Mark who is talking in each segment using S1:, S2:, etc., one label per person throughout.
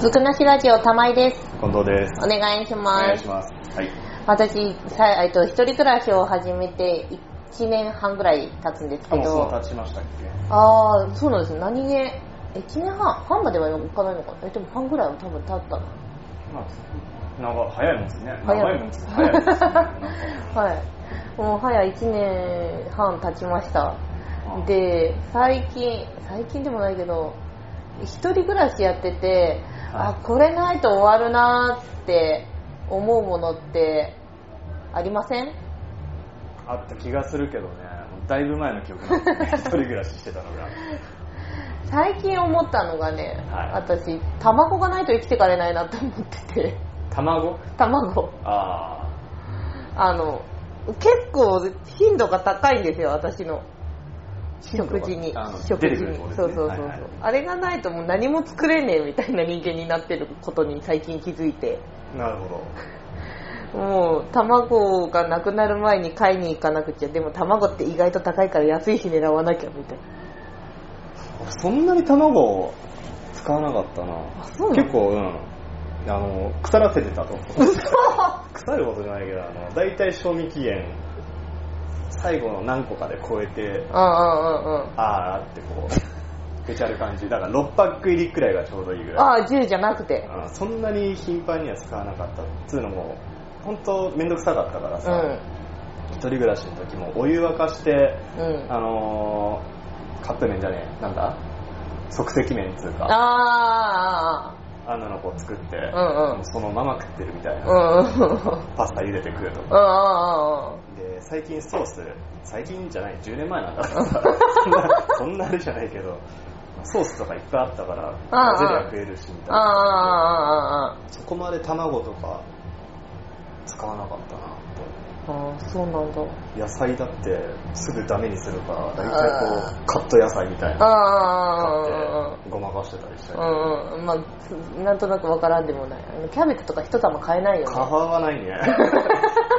S1: ずくなしラジオ玉井です。
S2: 近藤です。
S1: お願いし
S2: お願
S1: ま
S2: いし
S1: す。
S2: ます。はい。
S1: 私、さえっと、一人暮らしを始めて1年半ぐらい経つんです
S2: あ、
S1: け
S2: もうそんな
S1: ど、
S2: 経ちましたっけ
S1: あー、そうなんです。何気、え1年半半まではいかないのかなえ、でも半ぐらいは多分経ったな。
S2: まあ、なんか早いもんですね。
S1: 早い
S2: 長いもんです。早いですね。なんか
S1: はい。もう早1年半経ちました。で、最近、最近でもないけど、一人暮らしやってて、
S2: はい
S1: あ、これないと終わるなーって思うものってありません
S2: あった気がするけどね。だいぶ前の記憶なんです ね。一人暮らししてたのが。
S1: 最近思ったのがね、
S2: はい
S1: 私、卵がないと生きてかれないなと思ってて、
S2: 卵
S1: 卵。
S2: あ
S1: あの、結構頻度が高いんですよ、私の。
S2: 度が
S1: 食事に
S2: あの、
S1: 食
S2: 出て
S1: 事
S2: くる
S1: に
S2: 方。です
S1: そ
S2: ね
S1: うそうそう。
S2: はいはい
S1: あれがないともう何も作れねえみたいな人間になってることに最近気づいて、
S2: あ。なるほど。
S1: もう卵がなくなる前に買いに行かなくちゃ、でも卵って意外と高いから安い日狙わなきゃみたいな。
S2: そんなに卵を使わなかったな。
S1: あそうなの
S2: 結構、うん。あの、腐らせてたと思う。 腐ることじゃないけど、あの、だいたい賞味期限、最後の何個かで超えて、
S1: うんうんうんうん。
S2: あーってこう、出ちゃう感じ。だから6パック入りくらいがちょうどいいぐらい。
S1: ああ、10じゃなくて。
S2: うんそんなに頻繁には使わなかった。つうのも、本当めんどくさかったから
S1: う
S2: さ、
S1: ん。
S2: 一人暮らしの時もお湯沸かして、
S1: うん。
S2: あのー、カップ麺じゃねえ、なんだ即席麺っつう
S1: あ
S2: か、
S1: あ
S2: あんなのこう作って、
S1: んうん
S2: そのまま食ってるみたい
S1: ー、
S2: な。
S1: うんうんうん。
S2: パスタ茹でて食うとか。
S1: うんうんうん。
S2: で最近ソース最近じゃない10年前 なんだ からさそんなそんなあれじゃないけどソースとかいっぱいあったから
S1: ああ
S2: 混ぜりゃ食えるしみた
S1: あ
S2: い
S1: あ
S2: な
S1: ああああ。
S2: そこまで卵とか使わなかったなと
S1: ああそうなんだ
S2: 野菜だってすぐダメにするから大体こうカット野菜みたいな
S1: ああ
S2: 買ってごまかしてたりして買
S1: うんうんまあなんとなくわからんでもないあのキャベツとか一玉買えないよね
S2: わない ね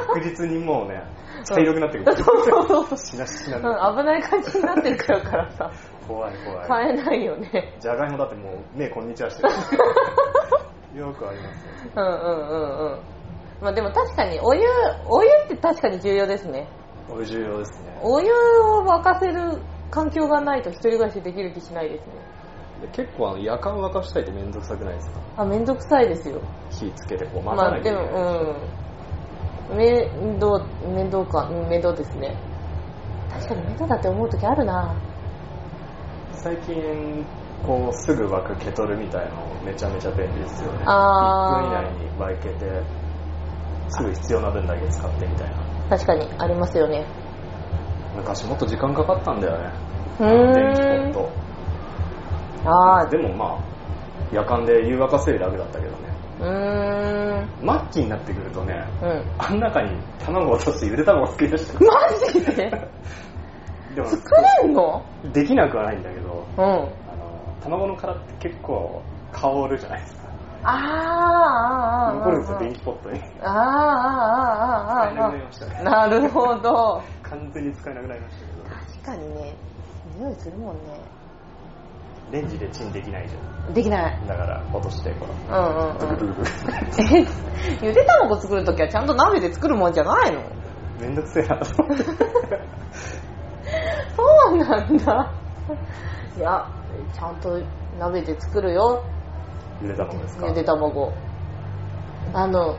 S2: 確実にもうね茶色くなってくる
S1: そうそうそ う
S2: しなしな
S1: う
S2: に
S1: ん危ない感じになってるからからさ
S2: 怖い怖い
S1: 買えないよね
S2: じゃがいもだってもう目こんにちはして るよくありますよ
S1: うんうんうんうんまあでも確かにお湯お湯って確かに重要ですね
S2: お重要ですね
S1: お湯を沸かせる環境がないと一人暮らしできる気しないですね
S2: 結構あの夜間沸かしたいと面倒くさくないですか
S1: あめんどくさいですよ
S2: 火つけてこう待
S1: ま
S2: た
S1: あ
S2: なきゃ
S1: で
S2: いけない、
S1: も、うん。面倒、面倒か、うん面倒ですね。確かに面倒だって思う時あるな。
S2: 最近こうすぐ沸くケトルみたいのめちゃめちゃ便利ですよね
S1: あー
S2: 1分以内に沸けてすぐ必要な分だけ使ってみたいな
S1: 確かにありますよね。
S2: 昔もっと時間かかったんだよね
S1: う
S2: 電気
S1: ーん。
S2: ポッ
S1: ああ
S2: ト、でもまあ夜間で湯沸かすより楽だったけどね
S1: うーん。
S2: 末期になってくるとね
S1: うん。
S2: あん中に卵を落としてゆで卵をつけ出して
S1: マジで
S2: でも
S1: 作れんの
S2: できなくはないんだけど
S1: うん。
S2: あの卵の殻って結構香るじゃないですか
S1: ああ、ああ、ああ。
S2: 残るんですよ電気ポットに
S1: ああ、ああ、ああ、
S2: 使えな
S1: あ
S2: くなりました
S1: あ。
S2: ね
S1: なるほど。
S2: 完全に使えなくなりましたけど
S1: 確かにね、匂いするもんね。
S2: レンジでチンできないじゃ
S1: できない。
S2: んだから落としてこ
S1: うんうん
S2: の
S1: う
S2: ブ
S1: ん
S2: ク。ブクブク
S1: えゆで卵作るときはちゃんと鍋で作るもんじゃないの
S2: めんどくせえなと思って
S1: そうなんだいやちゃんと鍋で作るよ
S2: ゆで卵ですか
S1: ゆで卵あのい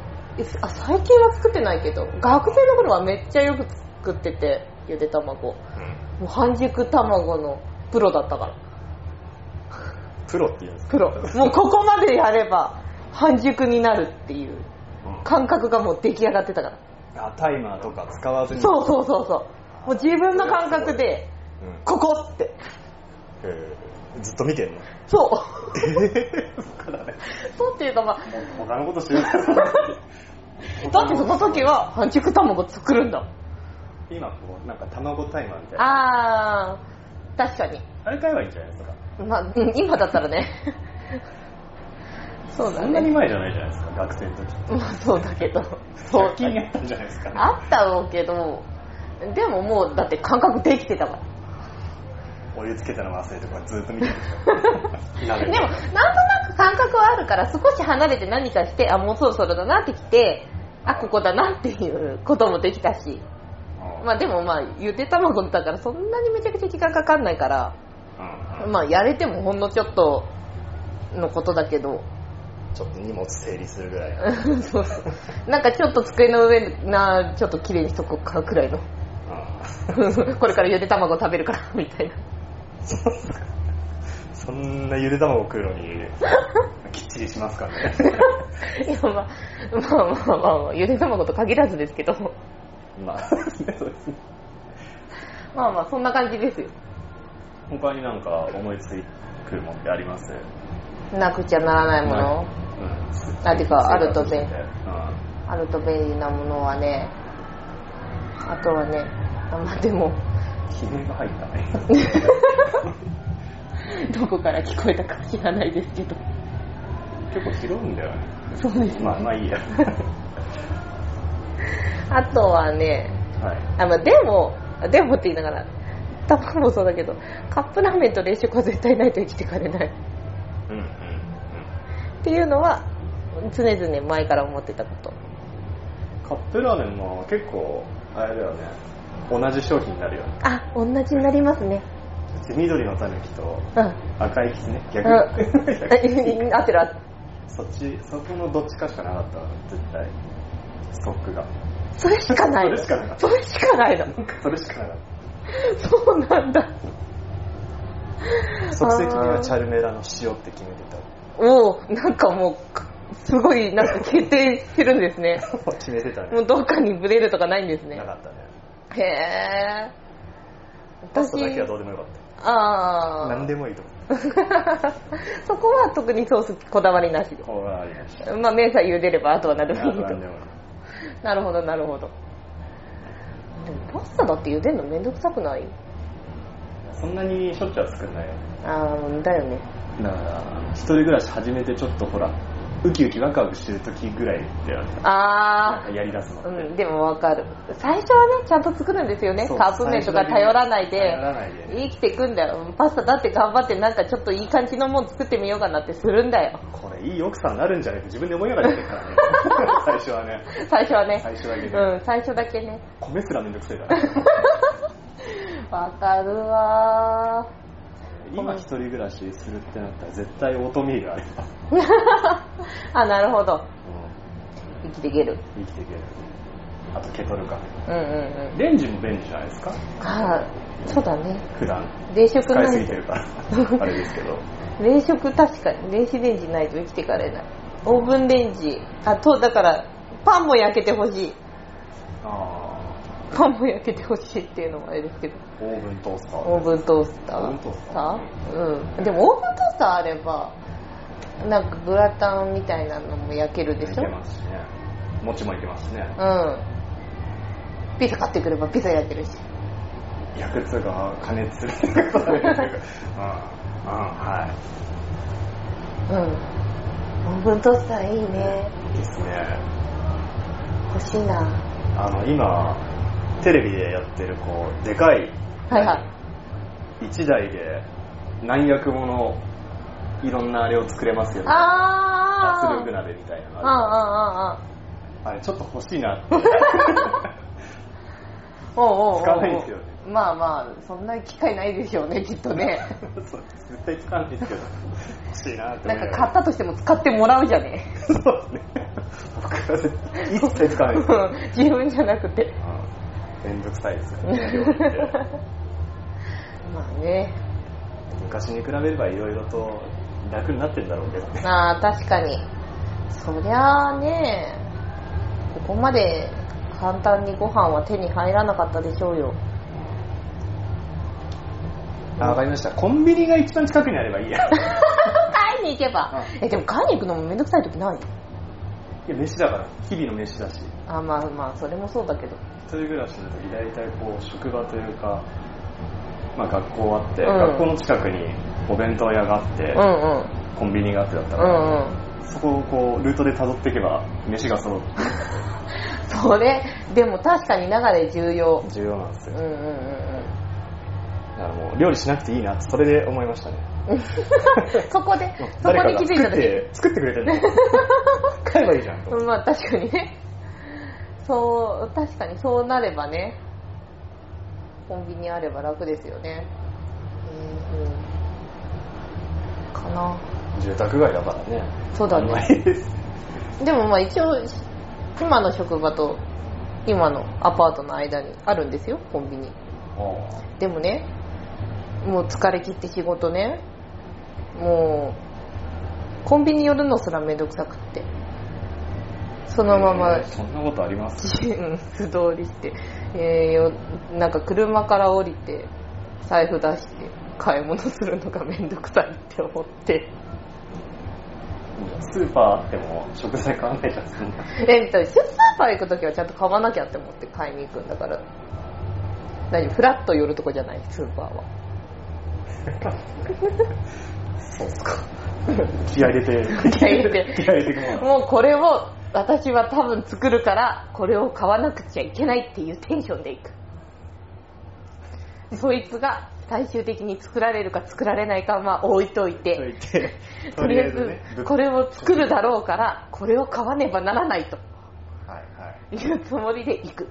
S1: あ最近は作ってないけど学生の頃はめっちゃよく作っててゆで卵も
S2: うん
S1: う半熟卵のプロだったから
S2: プロっていうんですか
S1: プロもうここまでやれば半熟になるっていう
S2: うん
S1: 感覚がもう出来上がってたから
S2: あタイマーとか使わずに
S1: そうそうそうそうもう自分の感覚で
S2: うんへ
S1: ここって
S2: えずっと見てんの
S1: そう
S2: からね
S1: そうっていうかまあ
S2: もう他のことしてるから
S1: だってその時は半熟卵作るんだもん
S2: 今こうなんか卵タイマーみたいな
S1: あー確かに、
S2: あれ買えばいいんじゃないですか
S1: まあうん、今だったらね そうだ
S2: そ
S1: ね
S2: んなに前じゃないじゃないですか学生の時
S1: まあそうだけどそう
S2: 借金やったんじゃないですか、
S1: あったろうけどでももうだって感覚できてたから
S2: お湯つけたの忘れてこれずっと見てるな
S1: で
S2: る
S1: もなんとなく感覚はあるから少し離れて何かしてあもうそろそろだなってきてあここだなっていうこともできたしまあでもまあゆで卵だからそんなにめちゃくちゃ時間かかんないから
S2: うんうん
S1: まあやれてもほんのちょっとのことだけど
S2: ちょっと荷物整理するぐらいの
S1: そうそうなんかちょっと机の上なちょっと綺麗にしとこうかくらいの これからゆで卵食べるから みたいな
S2: そんなゆで卵食うのにきっちりしますから ね、
S1: いやまあまあまあまあ、まあ、ゆで卵と限らずですけど
S2: まあ、そうですね
S1: まあまあそんな感じですよ
S2: 他になんか思いつくもんってあります
S1: なくちゃならないもの、あてかあると便利
S2: う
S1: あると便利なものはねあとはねあまあでも
S2: ん悲鳴が入ったね
S1: どこから聞こえたか知らないですけど
S2: 結構拾うんだよね
S1: そうですね、
S2: まあまあい いや
S1: あとはね
S2: はい
S1: あ、まあ、でもあでもって言いながら卵もそうだけどカップラーメンと冷食は絶対ないと生きていかれない
S2: うんうんうん
S1: っていうのは常々前から思ってたこと
S2: カップラーメンも結構あれだよね同じ商品になるよね
S1: あ同じになりますね
S2: うち緑のたぬきと
S1: うん
S2: 赤いきつね逆逆
S1: うん合ってる合ってる
S2: そっちそこのどっちかしかなかったわ絶対ストックが
S1: それしかないの
S2: それしかない
S1: それしかないの
S2: なんかそれしかなかっ
S1: そうなんだ
S2: た即席にはチャルメラの塩って決めてた
S1: おおなんかもうすごいなんか決定してるんです ね
S2: 決めてたね
S1: もうどっかにブレるとかないんですね
S2: なかったね
S1: へえ
S2: パスタだけはどうでもよかった
S1: ああ
S2: 何でもいいと思って
S1: そこは特にソースこだわりなしで
S2: こうありました
S1: まあ麺さえ茹でればあとは何でもいいと
S2: 何でもいい
S1: なるほどなるほどでもパスタだって茹でるのめんどくさくない
S2: そんなにしょっちゅうは作んないよ
S1: ああだよね
S2: だから一人暮らし始めてちょっとほらウキウキワクワクしてる時ぐらいだよねなん
S1: あ
S2: かやりだすのっ
S1: あ
S2: て、
S1: うんでもわかる最初はねちゃんと作るんですよね
S2: そう
S1: カップ麺とか頼らないで
S2: 頼らないで
S1: 生きてくんだよパスタだって頑張ってなんかちょっといい感じのもん作ってみようかなってするんだよ
S2: これいい奥さんになるんじゃないって自分で思いながらやってる からね最初はね
S1: 最初はね
S2: 最初だけね
S1: うん最初だけね
S2: 米すらめんどくせえから、ね、
S1: わかるわ
S2: 今一人暮らしするってなったら絶対オートミールあれば、
S1: ー あなるほど生きていける
S2: うん、生きていけるあとケトルか
S1: うんうんうん
S2: レンジも便利じゃないですか
S1: あーそうだね
S2: 普段
S1: 冷食
S2: 使い
S1: な
S2: す
S1: い
S2: ぎてるから あれですけど
S1: 冷食確かに電子レンジないと生きていかれないオーブンレンジあとだからパンも焼けてほしい
S2: あ
S1: パンも焼けてほしいっていうのもあれですけど
S2: ーオーブントースター
S1: オーブントースター
S2: オーブントースタ
S1: うんでもオーブントースターあればなんかグラタンみたいなのも焼けるでし
S2: い
S1: ょ
S2: けますしね餅もいけますしね
S1: うんピザ買ってくればピザ焼けるし
S2: 焼くつが加熱するってことだねうんうんは
S1: うんオーブントースターいいね
S2: いですね
S1: 欲しいな
S2: あの今テレビでやってるこうでかい
S1: はいはい
S2: 1台で何役ものいろんなあれを作れますよね
S1: あー
S2: 圧力鍋みたいな
S1: ああ
S2: のがあ
S1: あ
S2: る
S1: ああ
S2: あれちょっと欲しいなって
S1: おうおうおうおう
S2: 使わないですよね
S1: まあまあそんな機会ないでしょうねきっと ね
S2: そう絶対使わないですけど欲しいなって
S1: な
S2: 思
S1: んか
S2: いなが
S1: 買っ
S2: ら
S1: たとしても使ってもらうじゃね
S2: そうですね僕は絶対一切使わないですよ
S1: うん 自分じゃなく て
S2: うんめんどくさいですよね料理って
S1: まあね
S2: 昔に比べればいろいろと楽になってるんだろうけどね
S1: まあ確かにそりゃあねここまで簡単にご飯は手に入らなかったでしょう よ
S2: あわかりましたコンビニが一番近くにあれ ばいいや
S1: 買いに行けばえでも買いに行くのもめんどくさい時ない
S2: いや飯だから日々の飯だし
S1: あまあまあそれもそうだけど
S2: 一人暮らしの時大体こう職場というか、まあ、学校あって、
S1: うん
S2: 学校の近くにお弁当屋があって、
S1: うんうん
S2: コンビニがあってだった
S1: う
S2: から、
S1: んうん
S2: そこをこうルートで辿っていけば飯が揃う
S1: それでも確かに流れ重要
S2: 重要なんです
S1: うん
S2: よ、
S1: うんうんうん
S2: だからもう料理しなくていいなってそれで思いま したね
S1: そこで
S2: もう、
S1: そこ
S2: 誰
S1: に
S2: か
S1: 気
S2: が
S1: づいた時
S2: 作って作ってく れてるの買えばいいじゃんと思って
S1: まあ確かにねそう確かにそうなればねコンビニあれば楽ですよねうんうんかな
S2: 住宅街だからね
S1: そうだね
S2: あんまりです
S1: でもまあ一応今の職場と今のアパートの間にあるんですよコンビニでもねもう疲れ切って仕事ねもうコンビニ寄るのすらめんどくさくってそのまま
S2: えーそんなことあります
S1: うん素通りして、えーよなんか車から降りて財布出して買い物するのがめんどくさいって思って
S2: スーパーあっても食材買わないじゃんそ んな
S1: えみたいなスーパー行く時はちゃんと買わなきゃって思って買いに行くんだから何フラッと寄るとこじゃないスーパーは
S2: そうっすか気合入れて
S1: 気合入れて
S2: 気合入れてくもん
S1: もうこれを私は多分作るからこれを買わなくちゃいけないっていうテンションでいくそいつが最終的に作られるか作られないかはまあ置いといて
S2: といて
S1: とりあえずこれを作るだろうからこれを買わねばならないと
S2: はいはい
S1: いうつもりで行く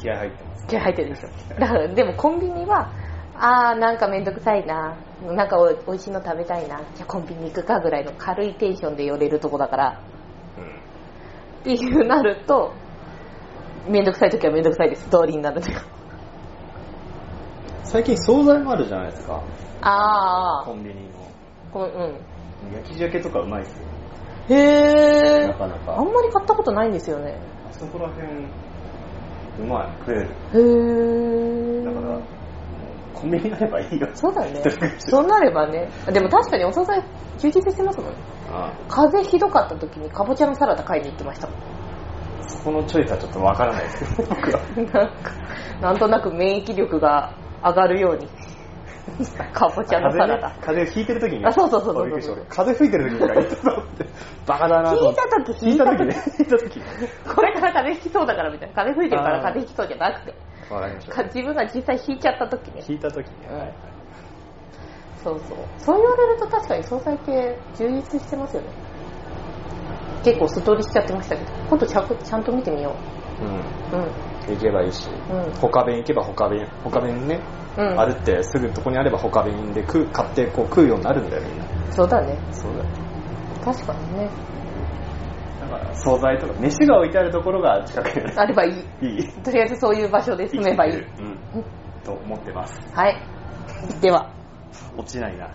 S2: 気合入ってます
S1: 気合入ってるでしょだからでもコンビニはあーなんかめんどくさいななんかおおいしいの食べたいなじゃあコンビニ行くかぐらいの軽いテンションで寄れるとこだから
S2: うん
S1: っていうなるとめんどくさい時はめんどくさいです通りになるという
S2: 最近惣菜もあるじゃないですか
S1: あ
S2: コ
S1: あ
S2: ンビニの
S1: この
S2: 焼き焼けとかうまいっすよ
S1: うんへえ
S2: なかなか
S1: あんまり買ったことないんですよね
S2: あそこら辺うまい食える
S1: へえ
S2: だからもうコンビニあればいいよ。
S1: そうだよねそうなればね。でも確かにお惣菜休日してますもん。
S2: あ
S1: 風邪ひどかった時にかぼちゃのサラダ買いに行ってましたもん。
S2: あそこのチョイスはちょっとわからない ですけど僕は
S1: なんか、なんとなく免疫力が上がるように。かぼちゃのサラダ。
S2: 風邪ね風邪ひいてる時に
S1: あそうそうそうそう
S2: おびっくりした俺風邪吹いてる時にから言ったぞってバカだなと思って
S1: 引いた 時
S2: 引いた時ね引いた
S1: これから風邪ひきそうだからみたいな。風邪吹いてるから
S2: あー
S1: 風邪ひきそうじゃなくて。
S2: 時わかりまし
S1: か
S2: た
S1: 自分が実際ひいちゃった時に。
S2: 引いた時ね
S1: うん
S2: はいはい
S1: そうそう。そう言われると確かに惣菜系充実してますよね。結構素通りしちゃってましたけど。今度ちゃんとちゃんと見てみよう。うん。
S2: うん行けばいいし
S1: うん
S2: 他弁行けば他弁他弁ね
S1: うん
S2: あるってすぐどこにあれば他弁で食う買ってこう食うようになるんだよみんな
S1: そうだね
S2: そうだ
S1: 確かにね
S2: だから惣菜とか飯が置いてあるところが近くに
S1: あればいい
S2: いい
S1: とりあえずそういう場所で住めばいい
S2: うんと思ってます
S1: はいでは
S2: 落ちないな